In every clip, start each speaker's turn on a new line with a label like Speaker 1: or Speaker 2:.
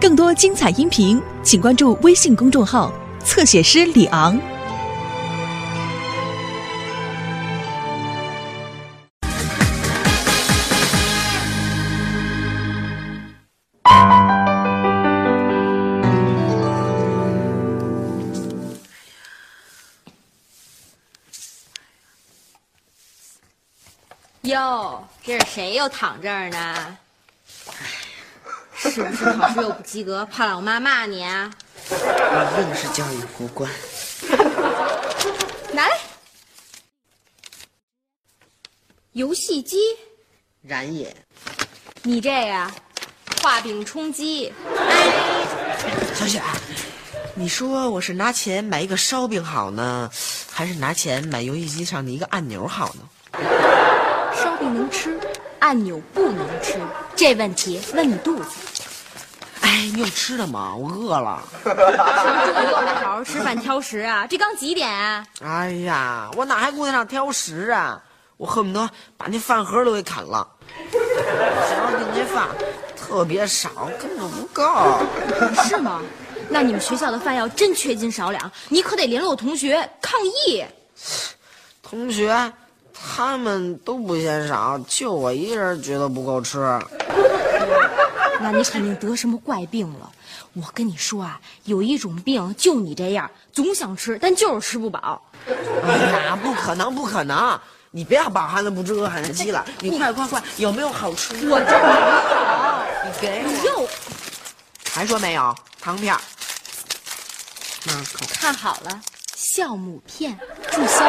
Speaker 1: 更多精彩音频，请关注微信公众号“侧写师李昂
Speaker 2: 哟，这是谁又躺这儿呢？哎是不是考试又不及格，怕老妈骂你啊？
Speaker 3: 我愣是教育无关。
Speaker 2: 拿来，游戏机，
Speaker 3: 然也，
Speaker 2: 你这呀，画饼充饥。
Speaker 3: 小雪，啊你说我是拿钱买一个烧饼好呢，还是拿钱买游戏机上的一个按钮好呢？
Speaker 2: 烧饼能吃，按钮不能吃，这问题问你肚子。
Speaker 3: 哎，你有吃的吗？我饿了。
Speaker 2: 这又没好好吃饭挑食啊？这刚几点啊？
Speaker 3: 哎呀，我哪还顾得上挑食啊？我恨不得把那饭盒都给啃了。小饼那饭特别少，根本不够。
Speaker 2: 是吗？那你们学校的饭要真缺斤少两，你可得联络同学抗议。
Speaker 3: 同学，他们都不嫌少，就我一人觉得不够吃。
Speaker 2: 那你肯定得什么怪病了。我跟你说啊，有一种病就你这样，总想吃，但就是吃不饱。
Speaker 3: 哎呀，不可能，不可能！你别饱汉子不知饿汉子饥了，你快快快，有没有好吃的？
Speaker 2: 我这没
Speaker 3: 你给
Speaker 2: 有，你，又
Speaker 3: 还说没有糖片儿？那可
Speaker 2: 看好了，酵母片注销，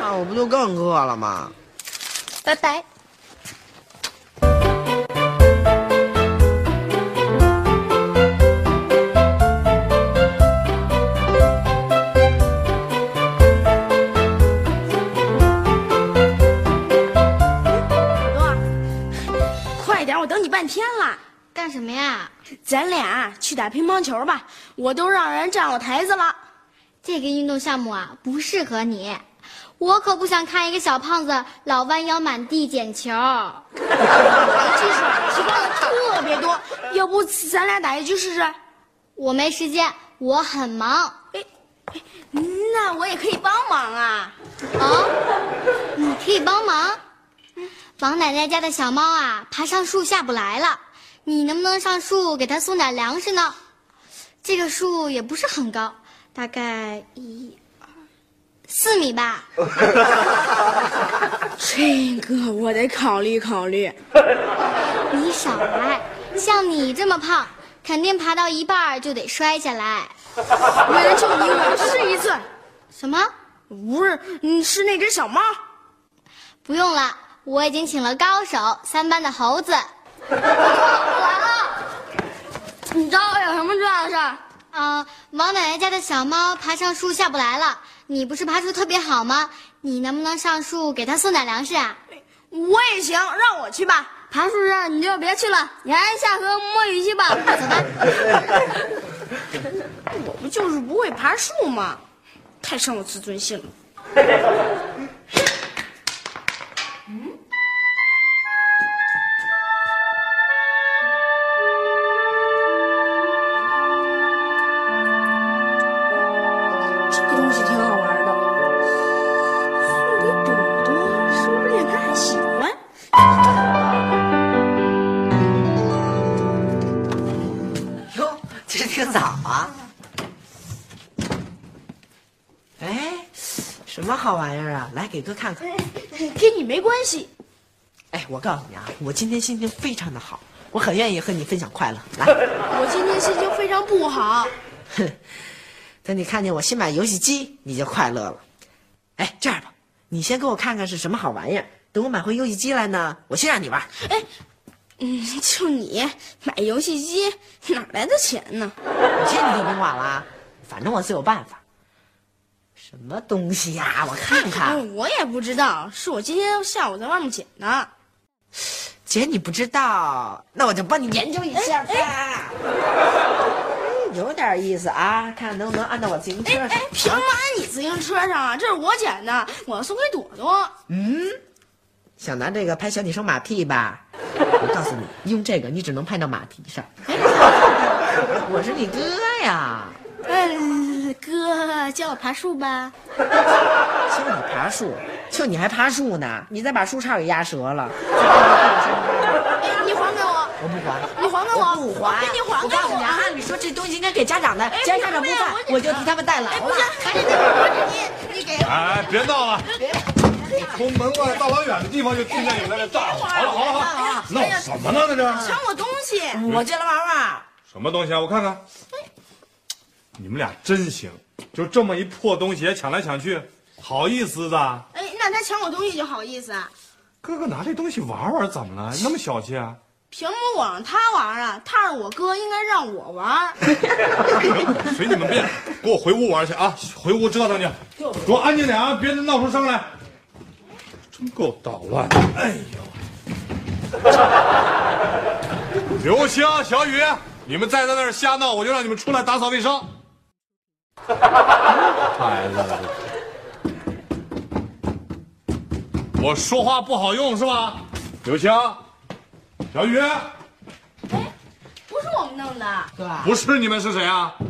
Speaker 3: 那我不就更饿了吗？
Speaker 2: 拜拜。
Speaker 4: 罗儿，快点，我等你半天了。
Speaker 5: 干什么呀？
Speaker 4: 咱俩啊去打乒乓球吧，我都让人占我台子了。
Speaker 5: 这个运动项目啊，不适合你。我可不想看一个小胖子老弯腰满地捡球。
Speaker 4: 技术提高的特别多，要不咱俩打一局试试？
Speaker 5: 我没时间，我很忙。
Speaker 4: 那我也可以帮忙啊。
Speaker 5: 哦，你可以帮忙。王奶奶家的小猫啊，爬上树下不来了，你能不能上树给它送点粮食呢？这个树也不是很高，大概一、二、四米吧。
Speaker 4: 这个我得考虑考虑。
Speaker 5: 你少来，像你这么胖，肯定爬到一半儿就得摔下来。
Speaker 4: 为了救你，我要试一次。
Speaker 5: 什么？
Speaker 4: 不是，你是那只小猫。
Speaker 5: 不用了，我已经请了高手，三班的猴子。
Speaker 4: 你找我有什么重要的事儿？
Speaker 5: 啊、王奶奶家的小猫爬上树下不来了，你不是爬树特别好吗？你能不能上树给它送点粮食啊？
Speaker 4: 我也行，让我去吧。爬树上你就别去了，你还是下河摸鱼去吧。走吧。我不就是不会爬树吗？太伤我自尊心了。这个东西挺好玩的。你懂得，说不定他还喜欢。
Speaker 3: 哟，今儿挺早啊。哎，什么好玩意儿啊？来给哥看看。
Speaker 4: 哎跟你没关系。
Speaker 3: 哎，我告诉你啊，我今天心情非常的好，我很愿意和你分享快乐。来，
Speaker 4: 我今天心情非常不好。
Speaker 3: 等哎你看见我新买游戏机，你就快乐了。哎，这样吧，你先给我看看是什么好玩意儿，等我买回游戏机来呢，我先让你玩。
Speaker 4: 嗯，就你买游戏机哪来的钱呢？
Speaker 3: 你这你就甭管了，反正我自有办法。什么东西呀、我看看，
Speaker 4: 嗯我也不知道，是我今天下午在外面捡的。
Speaker 3: 姐你不知道，那我就帮你研究一下
Speaker 4: 哎
Speaker 3: 吧。嗯有点意思啊，看能不能按到我自行车上。
Speaker 4: 哎，凭嘛你自行车上啊？这是我捡的，我送给朵朵。
Speaker 3: 想拿这个拍小女生马屁吧？我告诉你，用这个你只能拍到马蹄上。 我是你哥呀，
Speaker 5: 嗯， 哥，教我爬树吧。
Speaker 3: 教你爬树，就你还爬树呢？你再把树杈给压折了。
Speaker 6: 你还给我，
Speaker 3: 我不还，
Speaker 6: 你还给我，
Speaker 3: 不还，
Speaker 6: 你还给
Speaker 3: 告诉你
Speaker 6: 我。，
Speaker 3: 啊按理说这东西应该给家长的，
Speaker 6: 哎
Speaker 3: 既然家长
Speaker 6: 不
Speaker 3: 不
Speaker 6: 是
Speaker 3: 在，
Speaker 6: 我
Speaker 3: 我就替他们代劳啊了。
Speaker 6: 赶紧给我，你你给
Speaker 7: 哎，别闹了！从门外大老远的地方就听见有人在这大喊，好了好了好了，闹什么呢？在这儿
Speaker 6: 抢我东西！
Speaker 3: 我进来玩玩。
Speaker 7: 什么东西啊？我看看。你们俩真行，就这么一破东西也抢来抢去，好意思的。
Speaker 6: 哎，那他抢我东西就好意思啊？
Speaker 7: 哥哥拿这东西玩玩，怎么了？那么小气啊？
Speaker 6: 凭什么我让他玩啊？他是我哥，应该让我玩。
Speaker 7: 行， 随你们便，给我回屋玩去啊！回屋折腾去，给我安静点啊，别闹出声来。真够捣乱的，哎呦！刘星、啊小雨，你们再在那儿瞎闹，我就让你们出来打扫卫生。孩子，我说话不好用是吧？刘星、小雨，
Speaker 6: 不是我们弄的，
Speaker 7: 不是你们是谁啊？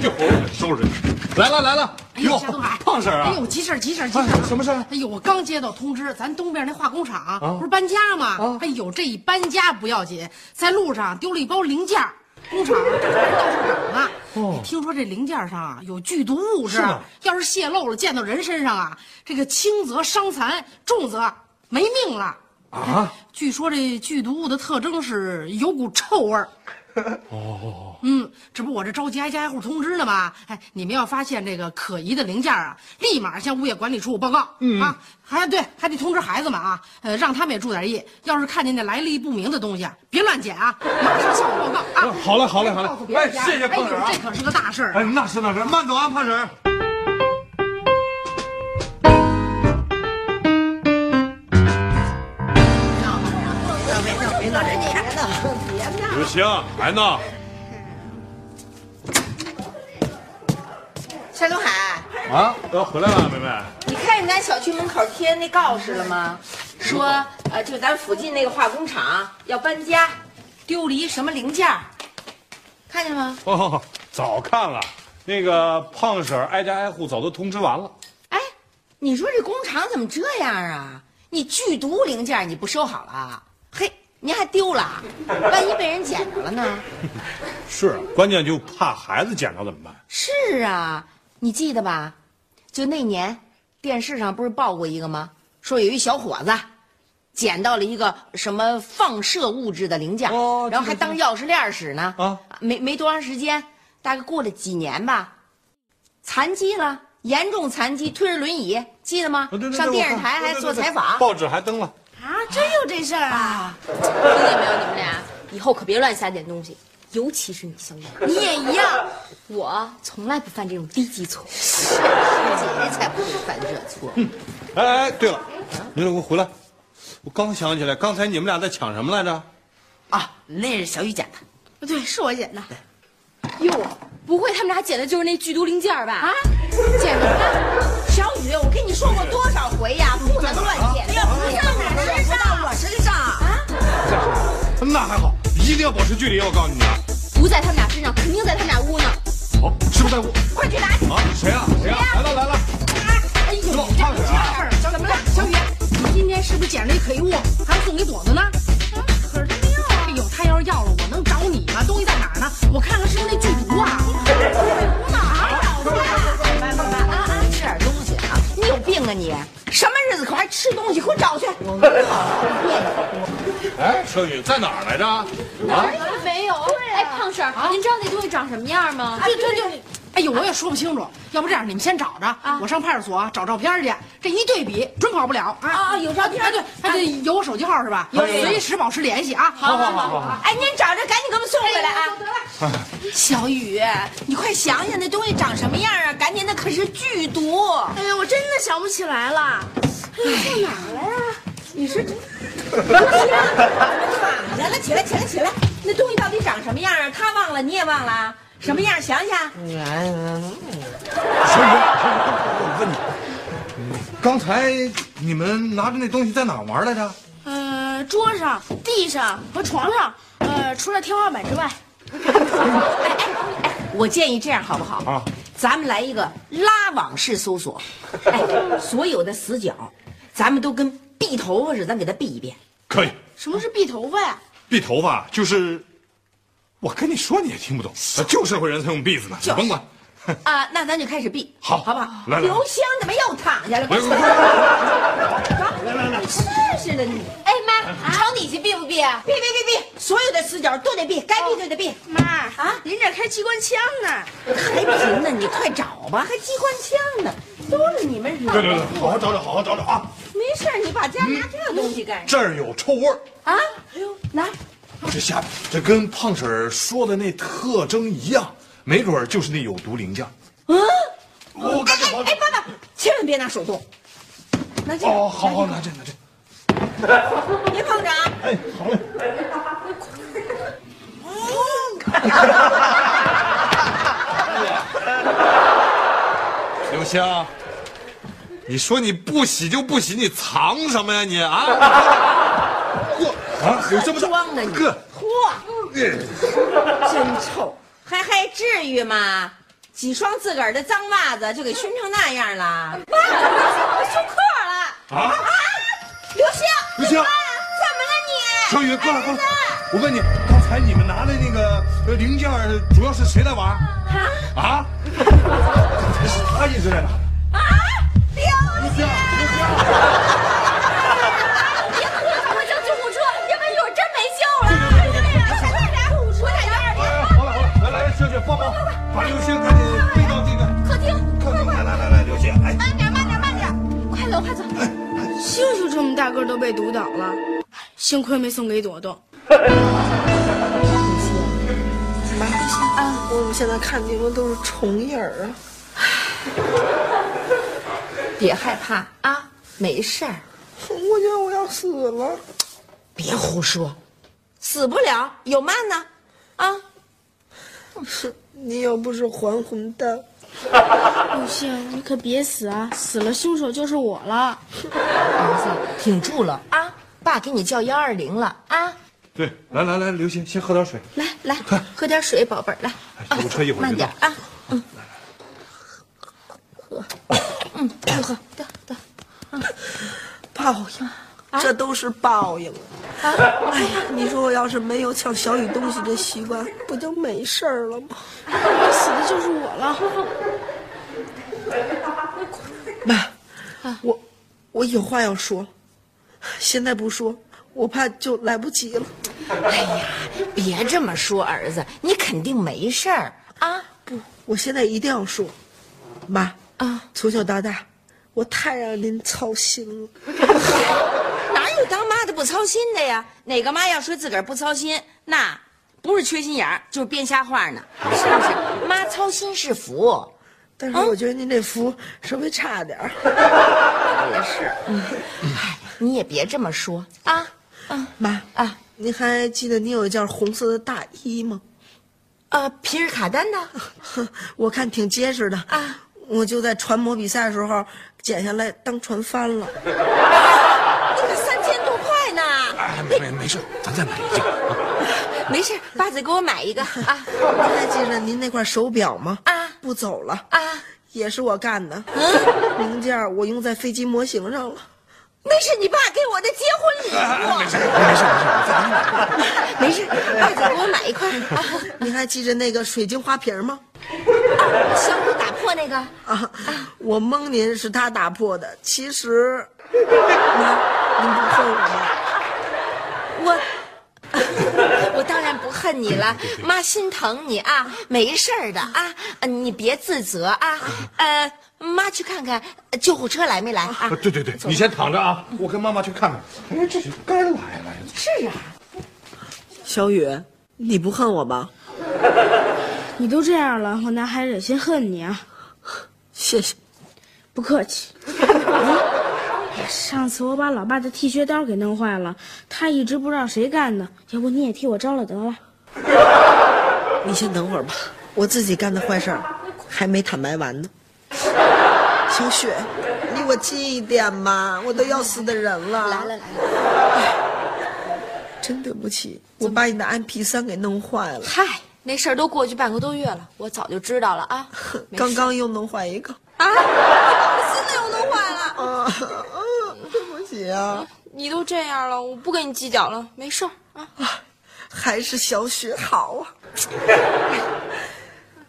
Speaker 7: 一会儿我给收拾你。来了来了，
Speaker 8: 哎
Speaker 7: 哟，胖婶儿啊
Speaker 8: 哎，呦，急事儿急事儿急事
Speaker 7: 哎
Speaker 8: 儿！
Speaker 7: 什么事儿啊
Speaker 8: 哎呦，我刚接到通知，咱东边那化工厂、不是搬家吗？哎呦，这一搬家不要紧，在路上丢了一包零件儿，工厂正在人到处找呢。
Speaker 7: 哦
Speaker 8: 啊听说这零件上啊有剧毒物质
Speaker 7: 是吗，
Speaker 8: 要是泄露了溅到人身上啊，这个轻则伤残，重则没命了。
Speaker 7: 啊！
Speaker 8: 据说这剧毒物的特征是有股臭味 儿。哦，嗯，这不我这着急挨家挨户通知呢吗？哎，你们要发现这个可疑的零件啊，立马向物业管理处报告。嗯啊，还对，还得通知孩子们啊，呃，让他们也注点意。要是看见那来历不明的东西啊，别乱捡啊，马上向我报告啊。
Speaker 7: 哦好嘞好嘞好嘞
Speaker 8: 告诉别人家
Speaker 7: 哎谢谢胖婶儿啊
Speaker 8: 哎呦，这可是个大事儿啊。
Speaker 7: 哎，那是那是，慢走啊，胖婶儿。
Speaker 3: 哎别闹，别闹，别闹！
Speaker 7: 刘星，还闹？
Speaker 4: 山东海，
Speaker 7: 啊，要回来了，妹妹。
Speaker 4: 你看你咱小区门口贴那告示了吗？说呃，就咱附近那个化工厂要搬家，丢了一什么零件儿，看见吗？
Speaker 7: 哦，早看了，那个胖婶儿挨家挨户早都通知完了。
Speaker 4: 哎，你说这工厂怎么这样啊？你剧毒零件儿你不收好了啊？嘿，您还丢了啊，万一被人捡着了呢？
Speaker 7: 是啊，关键就怕孩子捡着怎么办？
Speaker 4: 是啊，你记得吧？就那年电视上不是报过一个吗？说有一小伙子捡到了一个什么放射物质的零件，
Speaker 7: 哦
Speaker 4: 然后还当钥匙链使呢。
Speaker 7: 啊，
Speaker 4: 没没多长时间，大概过了几年吧，残疾了，严重残疾，推着轮椅，记得吗？
Speaker 7: 啊对对对
Speaker 4: 上电视
Speaker 7: 我看
Speaker 4: 台还
Speaker 7: 对对
Speaker 4: 做
Speaker 7: 对
Speaker 4: 采访。
Speaker 7: 报纸还登了。
Speaker 6: 真有这事儿啊！
Speaker 4: 听见没有，你们俩？
Speaker 2: 以后可别乱瞎捡东西，尤其是你小雨，
Speaker 6: 你也一样。
Speaker 2: 我从来不犯这种低级错误。
Speaker 4: 姐姐才不会犯这错。
Speaker 7: 哎哎，对了，你俩给我回来。我刚想起来，刚才你们俩在抢什么来着？
Speaker 3: 啊，那是小雨捡的。
Speaker 6: 不对，是我捡的。
Speaker 2: 哟，不会他们俩捡的就是那剧毒零件儿吧？啊，
Speaker 6: 捡的？
Speaker 4: 小雨，我跟你说过多少回呀，不能乱捡。
Speaker 6: 哎呀，不是我身上，我身上啊！
Speaker 7: 那还好，一定要保持距离。我告诉你们，啊
Speaker 2: 不在他们俩身上，肯定在他们俩屋呢。
Speaker 7: 好，是不是在屋？快去拿去！啊，谁啊？谁啊？来了来了！
Speaker 8: 哎呦，
Speaker 7: 老
Speaker 8: 你这
Speaker 7: 胖婶儿
Speaker 8: 儿怎么了，小雨？你今天是不是捡了一可疑物，还送给朵朵呢？可是他没要啊！哎呦，他要是要了，我能找你吗？东西在哪儿呢？我看看是不是那剧毒啊？
Speaker 4: 慢慢慢啊啊！吃点东西啊！你有病啊你！什么日子可还吃东西？给我找去！
Speaker 7: 哎，小雨在哪儿来着？啊，
Speaker 2: 没有。哎，胖婶儿，您知道那东西长什么样吗？
Speaker 8: 对对对。哎呦，我也说不清楚。要不这样，你们先找着，我上派出所找照片去。这一对比，准跑不了啊！
Speaker 4: 啊有照片
Speaker 8: 哎对，哎对，有我手机号是吧？有，随时保持联系啊！
Speaker 7: 好
Speaker 8: 好，
Speaker 7: 好好好好。
Speaker 4: 哎，您找着，赶紧给我们送回来
Speaker 6: 哎
Speaker 4: 啊！
Speaker 6: 小雨，
Speaker 4: 你快想想那东西长什么样啊！赶紧，那可是剧毒。
Speaker 6: 哎呀，我真的想不起来了。哎
Speaker 4: 躺着了，起来，起来，起来！那东西到底长什么样啊？他忘了，你也忘了，啊什么样？想想。
Speaker 3: 哎呀，
Speaker 7: 小雨，我问你，刚才你们拿着那东西在哪儿玩来着？
Speaker 6: 呃，桌上、地上和床上，呃，除了天花板之外，
Speaker 4: 我建议这样好不好？
Speaker 7: 啊，
Speaker 4: 咱们来一个拉网式搜索，哎，所有的死角，咱们都跟避头发似的，咱给它避一遍。
Speaker 7: 可以，
Speaker 6: 什么是避头发呀？
Speaker 7: 避头发就是，我跟你说你也听不懂，旧社会人才用篦子呢，你甭管。
Speaker 4: 啊，那咱就开始避，
Speaker 7: 好
Speaker 4: 好不好？
Speaker 7: 来来
Speaker 4: 刘香怎么又躺下了？
Speaker 7: 来
Speaker 4: 快
Speaker 7: 来
Speaker 4: 起
Speaker 7: 来
Speaker 4: 来！真是的你，
Speaker 5: 哎妈，
Speaker 4: 朝你去避不避啊？避避避避，所有的死角都得避，该避就得避。
Speaker 6: 妈啊，人家开机关枪呢，
Speaker 4: 还贫呢，你快找吧，还机关枪呢，都是你们惹
Speaker 7: 对对
Speaker 4: 的
Speaker 7: 对，。好好找找，好好找找啊！
Speaker 4: 没事儿，你把家拿这东西干啥？
Speaker 7: 这儿有臭味儿，
Speaker 4: 啊，哎呦，来，
Speaker 7: 这下边这跟胖婶儿说的那特征一样，没准儿就是那有毒零件。嗯，我赶紧跑。
Speaker 4: 哎，爸爸，千万别拿手动，拿这个，
Speaker 7: 哦，好好拿这拿这。
Speaker 4: 别碰着啊。
Speaker 7: 哎，好嘞。刘香，你说你不洗就不洗，你藏什么呀你啊？过啊，有这么大
Speaker 4: 装呢你
Speaker 7: 哥，嚯！
Speaker 4: 真臭，还还至于吗？几双自个儿的脏袜子就给熏成那样了，爸，我休克了。
Speaker 7: 啊！
Speaker 4: 刘星，
Speaker 7: 刘星
Speaker 4: 你爸怎
Speaker 7: 小
Speaker 4: 么了你？
Speaker 7: 雨，过来过来，我问你，刚才你们拿的那个呃零件儿主要是谁来玩？啊啊！是他一直在拿。
Speaker 4: 啊
Speaker 7: 刘星，刘星。
Speaker 6: 我叫救护车，要不然一会儿真没救了。快点，快点，我在这儿。
Speaker 7: 哎，好了好了，来来来，秀秀帮忙，把刘星赶紧背到这个
Speaker 6: 客厅，
Speaker 7: 客厅来来来来，刘星，哎，
Speaker 6: 慢点，慢点，慢点，快走，快走！秀秀这么大个儿都被毒倒了，幸亏没送给朵朵。
Speaker 9: 我们现在看地方都是虫眼儿啊。
Speaker 4: 别害怕啊，没事儿，
Speaker 9: 我觉得我要死了。
Speaker 4: 别胡说，死不了，有妈呢，啊，
Speaker 9: 是你又不是还魂 丹，
Speaker 6: 陆星，你可别死啊！死了凶手就是我 了。
Speaker 4: 儿子，挺住哎了啊，爸给你叫幺二零了啊，
Speaker 7: 对，来来来，刘星先喝点水，
Speaker 4: 来来，喝点水，宝贝儿，来，
Speaker 7: 哎救护车一会儿就
Speaker 4: 慢点
Speaker 7: 到
Speaker 4: 啊，嗯，喝，嗯，喝喝，得得，
Speaker 9: 报应，
Speaker 6: 啊
Speaker 9: 这都是报应。哎呀，你说我要是没有抢小雨东西这习惯，不就没事儿了吗？
Speaker 6: 我死的就是我了。
Speaker 9: 妈，我我有话要说，现在不说，我怕就来不及了。
Speaker 4: 别这么说，儿子，你肯定没事儿啊。
Speaker 9: 不，我现在一定要说，妈
Speaker 4: 啊，
Speaker 9: 从小到大，我太让您操心了。
Speaker 4: 哪有当妈的不操心的呀？哪个妈要说自个儿不操心，那不是缺心眼儿，就是编瞎话呢，是不是？妈操心是福，
Speaker 9: 但
Speaker 4: 啊
Speaker 9: 是我觉得您这福稍微差点儿。
Speaker 4: 也是。嗯，哎，你也别这么说啊。
Speaker 9: 妈
Speaker 4: 啊，
Speaker 9: 您还记得你有一件红色的大衣吗？
Speaker 4: 呃，皮尔卡丹呢？
Speaker 9: 哼， 我看挺结实的
Speaker 4: 啊。
Speaker 9: 我就在船模比赛的时候剪下来当船帆了。
Speaker 4: 那个三千多块呢。
Speaker 7: 哎，没没没事，咱再买一件。
Speaker 4: 没事，爸再给我买一个啊。
Speaker 9: 您还记着您那块手表吗？
Speaker 4: 啊
Speaker 9: 不走了
Speaker 4: 啊，嗯
Speaker 9: 也是我干的。零件儿我用在飞机模型上了。
Speaker 4: 那是你爸给我的结婚礼物。没事啊没事没事，爸再给我买一块啊。
Speaker 9: 你还记着那个水晶花瓶吗？
Speaker 4: 相互啊打破那个。
Speaker 9: 啊，我蒙您是他打破的，其实，妈，您不恨我吗？
Speaker 4: 我。我 当然不恨你了，妈心疼你啊，没事儿的啊，呃你别自责啊。呃，妈去看看呃救护车来没来啊
Speaker 7: 啊？对对对，你先躺着啊，我跟妈妈去看看。哎，这该来了。
Speaker 9: 小雨，你不恨我吧？
Speaker 6: 你都这样了，我哪还忍心恨你啊？
Speaker 9: 谢谢。
Speaker 6: 不客 气。哎呀，上次我把老爸的剃须刀给弄坏了，他一直不知道谁干的，要不你也替我招了得了。
Speaker 9: 你先等会儿吧，我自己干的坏事儿还没坦白完呢。小雪，你我近一点嘛，我都要死的人了。
Speaker 8: 来了来了，
Speaker 9: 真对不起，我把你的 MP 三给弄坏了，
Speaker 4: 哎
Speaker 8: 嗨，那事儿都过去半个多月了，我早就知道了啊。没事
Speaker 9: 刚刚又弄坏一个。
Speaker 8: 啊，新的又弄坏了，
Speaker 9: 啊，啊对不起啊，
Speaker 8: 你都这样了，我不跟你计较了，没事儿啊。
Speaker 9: 还是小雪好 啊。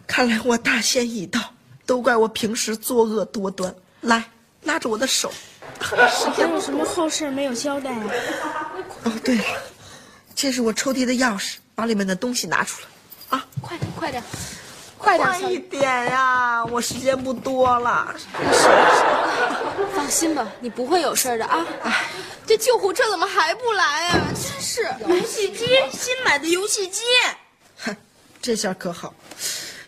Speaker 9: 看来我大限已到，都怪我平时作恶多端。来，拉着我的手。
Speaker 4: 还有什么后事没有交代啊？
Speaker 9: 哦，对了，这是我抽屉的钥匙，把里面的东西拿出来。
Speaker 8: 快点，快点，快点，小
Speaker 9: 啊慢一点呀、我时间不多了。
Speaker 8: 放心吧，你不会有事儿的啊。这救护车怎么还不来啊？真是游戏机，新买的游戏机。
Speaker 9: 哼， 这下可好，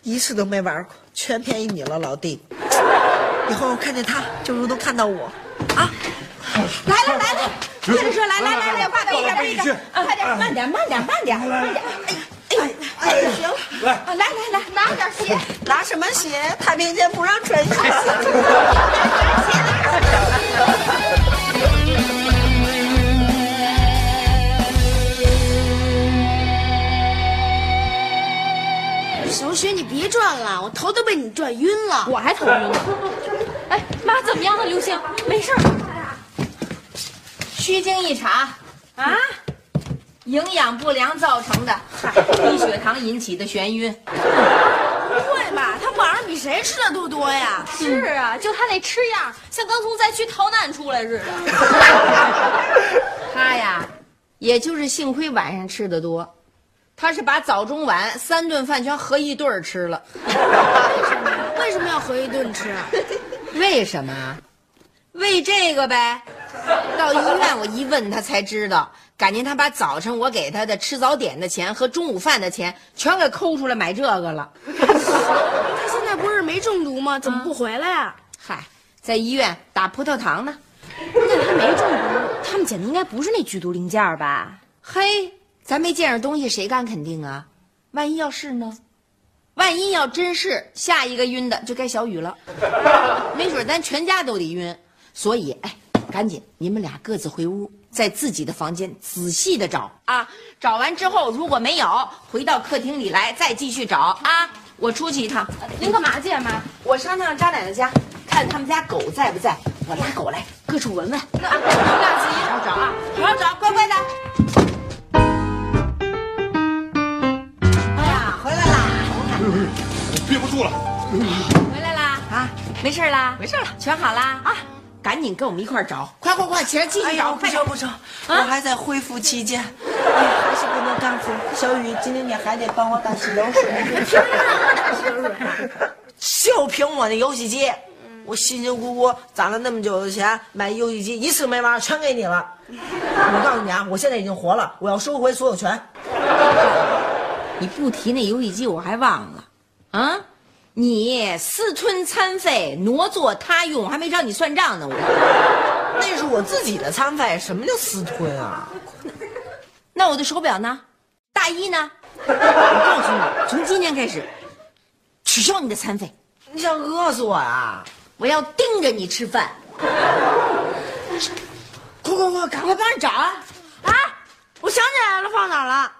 Speaker 9: 一次都没玩过，全便宜你了，老弟。以后看见他就如同看到我。
Speaker 8: 来了来了，快点说，来来来来，快点，一
Speaker 7: 快
Speaker 8: 点点
Speaker 7: 点
Speaker 8: 一点，啊快点，慢点慢点慢点慢点。哎哎
Speaker 9: 哎呀，行了，
Speaker 8: 啊，来来来，拿点鞋，
Speaker 9: 拿什么鞋？太平间不让穿鞋。
Speaker 5: 小雪，你别转了，我头都被你转晕了。
Speaker 10: 我还头晕呢。
Speaker 5: 哎，妈，怎么样了？刘星，没事吧？
Speaker 8: 虚惊一查，啊，营养不良造成的，嗨，低血糖引起的眩晕。
Speaker 4: 会吧？他晚上比谁吃的都多呀？嗯
Speaker 5: 是啊，就他那吃样，像刚从灾区逃难出来 似的。
Speaker 8: 他呀，也就是幸亏晚上吃的多，他是把早中晚三顿饭全合一顿儿吃了。
Speaker 4: 为什么要合一顿吃啊？
Speaker 8: 为什么啊？为这个呗。到医院我一问他才知道，感情他把早晨我给他的吃早点的钱和中午饭的钱全给抠出来买这个了。
Speaker 4: 他现在不是没中毒
Speaker 8: 嗯
Speaker 4: 吗？怎么不回来啊呀、
Speaker 8: 嗨，在医院打葡萄糖呢。
Speaker 5: 那他没中毒，他们捡的应该不是那剧毒零件儿吧？
Speaker 8: 嘿，咱没见着东西，谁敢肯定啊？万一要是呢？万一要真是下一个晕的，就该小雨了， 没准咱全家都得晕。所以，哎，赶紧你们俩各自回屋，在自己的房间仔细的找啊。找完之后，如果没有，回到客厅里来再继续找啊。我出去一趟，
Speaker 10: 您干嘛去啊，妈？
Speaker 8: 我上趟张奶奶家，看他们家狗在不在。我拉狗来，各处闻闻。那啊，你们俩自己找找啊，好好找，乖乖的。哎呀，回来啦，
Speaker 7: 憋不住了，
Speaker 8: 回来啦！啊，没事啦，没事了，全好啦啊！赶紧跟我们一块儿找，快快快，起来继
Speaker 9: 哎
Speaker 8: 续
Speaker 9: 呀，
Speaker 8: 找，
Speaker 9: 不
Speaker 8: 快
Speaker 9: 成
Speaker 8: 找！
Speaker 9: 不成，我还在恢复期间，哎呀，还是不能干活。小雨，今天你还得帮我打洗澡水。
Speaker 3: 就凭我那游戏机，我辛辛苦苦攒了那么久的钱买游戏机，一次没玩，全给你了。我告诉你啊，我现在已经活了，我要收回所有权。
Speaker 8: 你不提那游戏机，我还忘了啊！你私吞餐费，挪作他用，还没找你算账呢，我。
Speaker 3: 那是我自己的餐费，什么叫私吞啊？
Speaker 8: 那我的手表呢？大衣呢？我告诉你，从今天开始，取消你的餐费，
Speaker 3: 你想饿死我啊？
Speaker 8: 我要盯着你吃饭。快快快，赶快帮人找啊！啊，
Speaker 4: 我想起来了，放哪儿了？
Speaker 8: 啊，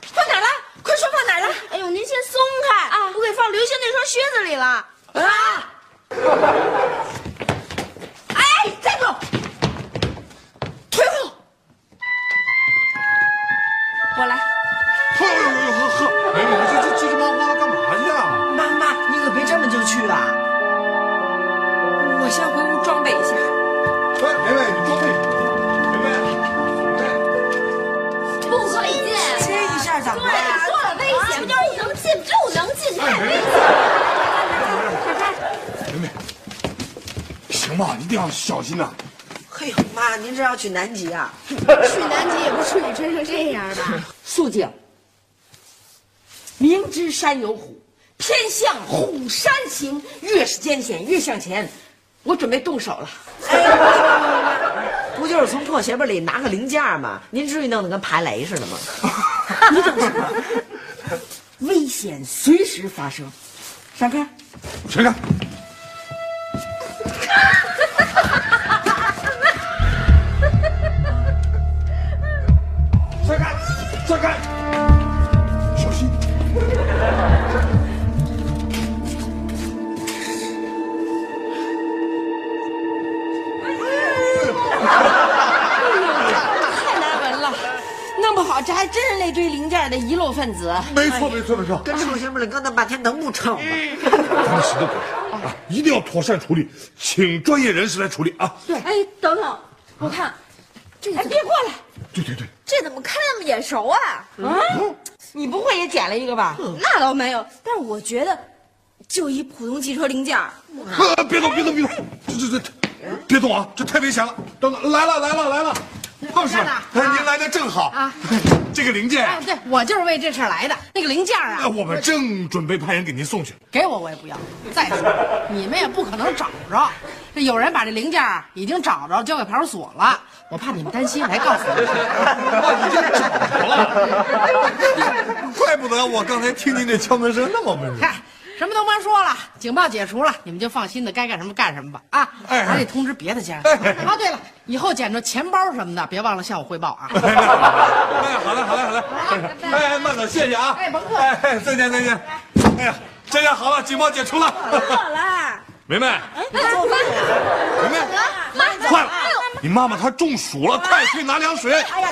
Speaker 8: 放哪儿了？快说放哪儿了？
Speaker 4: 哎呦，您先松开啊！我给放刘星那双靴子里了。
Speaker 8: 啊！哎，站住！退后！我来。
Speaker 7: 哎呦呦呦呵呵，哎呦，这这这这忙慌了干嘛去啊？
Speaker 3: 妈妈，你可别这么就去啊！
Speaker 8: 我先回屋装备一下。
Speaker 7: 哎，梅梅，你装备，梅梅，梅
Speaker 11: 不可以进，
Speaker 3: 这一下怎么了？
Speaker 11: 说了危险，
Speaker 4: 啊
Speaker 11: 不就是能进就能进，
Speaker 4: 哎
Speaker 11: 太危险了。
Speaker 7: 梅梅，行吧，一定要小心呐。
Speaker 3: 嘿呦，妈，您这要去南极啊？
Speaker 4: 去南极也不至于穿成这样吧？
Speaker 10: 肃静。明知山有虎，偏向虎山行。越是艰险，越向前。我准备动手了。
Speaker 3: 不就是从破鞋巴里拿个零件吗？您至于弄得跟排雷似的吗？
Speaker 10: 危险 随时发生。闪开！
Speaker 7: 谁看？
Speaker 12: 站开！小心！
Speaker 8: 太难闻了，弄不好这还真是那堆零件的遗漏分子。
Speaker 12: 没错，没错，没错。
Speaker 13: 跟畜生们刚才半天能不吵吗？
Speaker 12: 咱们行动果断啊，一定要妥善处理，请专业人士来处理啊！
Speaker 4: 哎，等等，我看，这哎，别过来，
Speaker 12: 对对对，
Speaker 4: 这怎么看那么眼熟啊？
Speaker 8: 你不会也捡了一个吧？
Speaker 4: 那倒没有，但是我觉得，就一普通汽车零件儿，
Speaker 12: 啊，别动，别动，别动，这这这，别动啊，这太危险了！等等，来了，来了，来了，胖婶，哎，您来的正好啊， 这个零件
Speaker 8: 啊
Speaker 3: 哎，对我就是为这事儿来的。那个零件儿
Speaker 12: 啊，
Speaker 3: 啊，
Speaker 12: 我们正准备派人给您送去。
Speaker 3: 给我我也不要。再说了，你们也不可能找着，这有人把这零件儿啊已经找着，交给派出所了。我怕你们担心，来告诉你。
Speaker 7: 那已经找着 了，怪不得我刚才听您这敲门声那么温柔。
Speaker 3: 嗨，什么都甭说了，警报解除了，你们就放心的该干什么干什么吧啊！
Speaker 7: 哎
Speaker 3: 还得通知别的家。啊，对了，以后捡着钱包什么的，别忘了向我汇报 啊。
Speaker 7: 哎，好嘞，好嘞，好嘞。哎，慢走，谢谢啊。
Speaker 3: 哎甭客气
Speaker 7: 哎，再见，再见。哎呀，这下好了，警报解除了。
Speaker 14: 好了，
Speaker 7: 梅梅，梅梅，快了，你妈妈她中暑了，快去拿凉水。哎呀，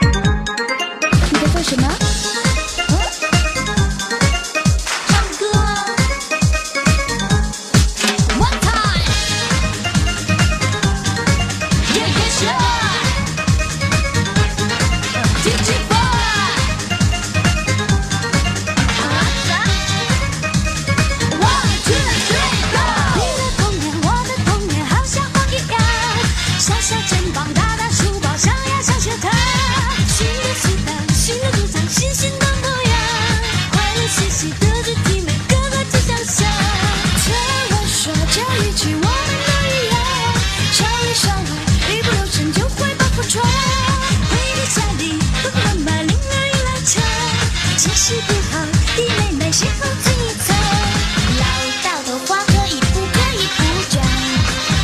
Speaker 15: 你在做什么？唱歌。One time。Yeah yeah sure。DJ boy。One two three go。你的童年，我的童年，好像风一样，小小肩膀，大大书包，上呀上学堂。新的时代，新的主张，新新的模样，快乐学习，德智体美，个个都想上。听我说这一句，我们都一样，少里少外，一不留神就会把破窗。回到家里，爸爸妈妈铃儿一拉长，这是不好，弟妹妹是否最惨？老道的话可以不可以不讲？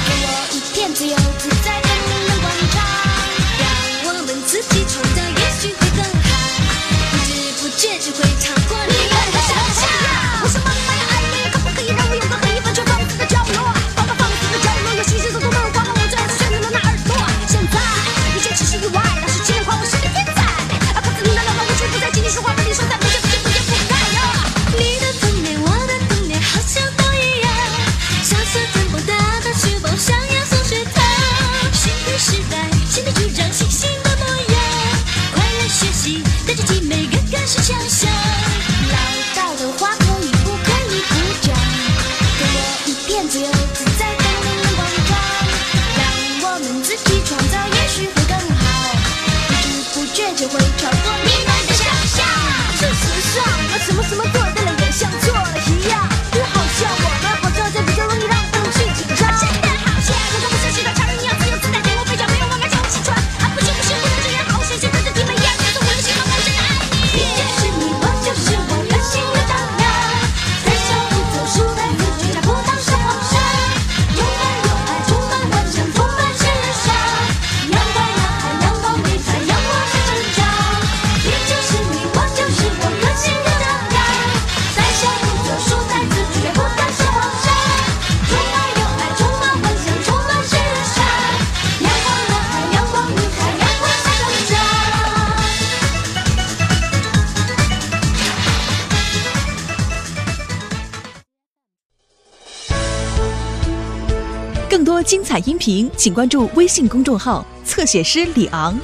Speaker 15: 给我一片自由自在的人的广场，让我们自己创造，也许会更好。不知不觉就会超过你们的想象。我说妈妈呀，爱你，可不可以让我有个可以完全放肆的角落？放放放肆的角落，有新鲜的动漫，刮了我最爱的旋律的那耳朵。现在一切只是意外，老师竟然夸我是个天才。啊，可是你那老我却不再听你说话，被你说在不见不见不见不该呀。你的童年，我的童年，好像都一样。小小肩膀，大大书包，上呀上学堂。新的时代，新的主张，新新的模样。快乐学习，带着体美，个个是强项。老道的话可以不可以不讲？给我一片自由自在的广场，让我们自己创造，也许会更好。不知不觉就会超过你们的想象。是时尚，我什么什么做对了，也像做了一样。就好像我们好像就比较容易让不去紧张。真的好像我们是时代超人一样自由自在，别无被角，没人忘了叫我起床。啊，不行不行，不能这样，好学习，跟着你们一样，跟着我流行，我真的爱你。你就是你，我就是我，任性又张扬，退休不走，树懒不追，找不到生活上。充满热爱，充满幻想，充满是理想。阳光男孩，阳光女孩，阳光是成长。你就是你，我就是我，任性又张扬，退休不走，树懒不追，找不到生活上。充满热爱，充满幻想，充满是理想。阳光男孩，阳光女孩，阳光是成长。
Speaker 1: 更多精彩音频，请关注微信公众号“侧写师李昂”。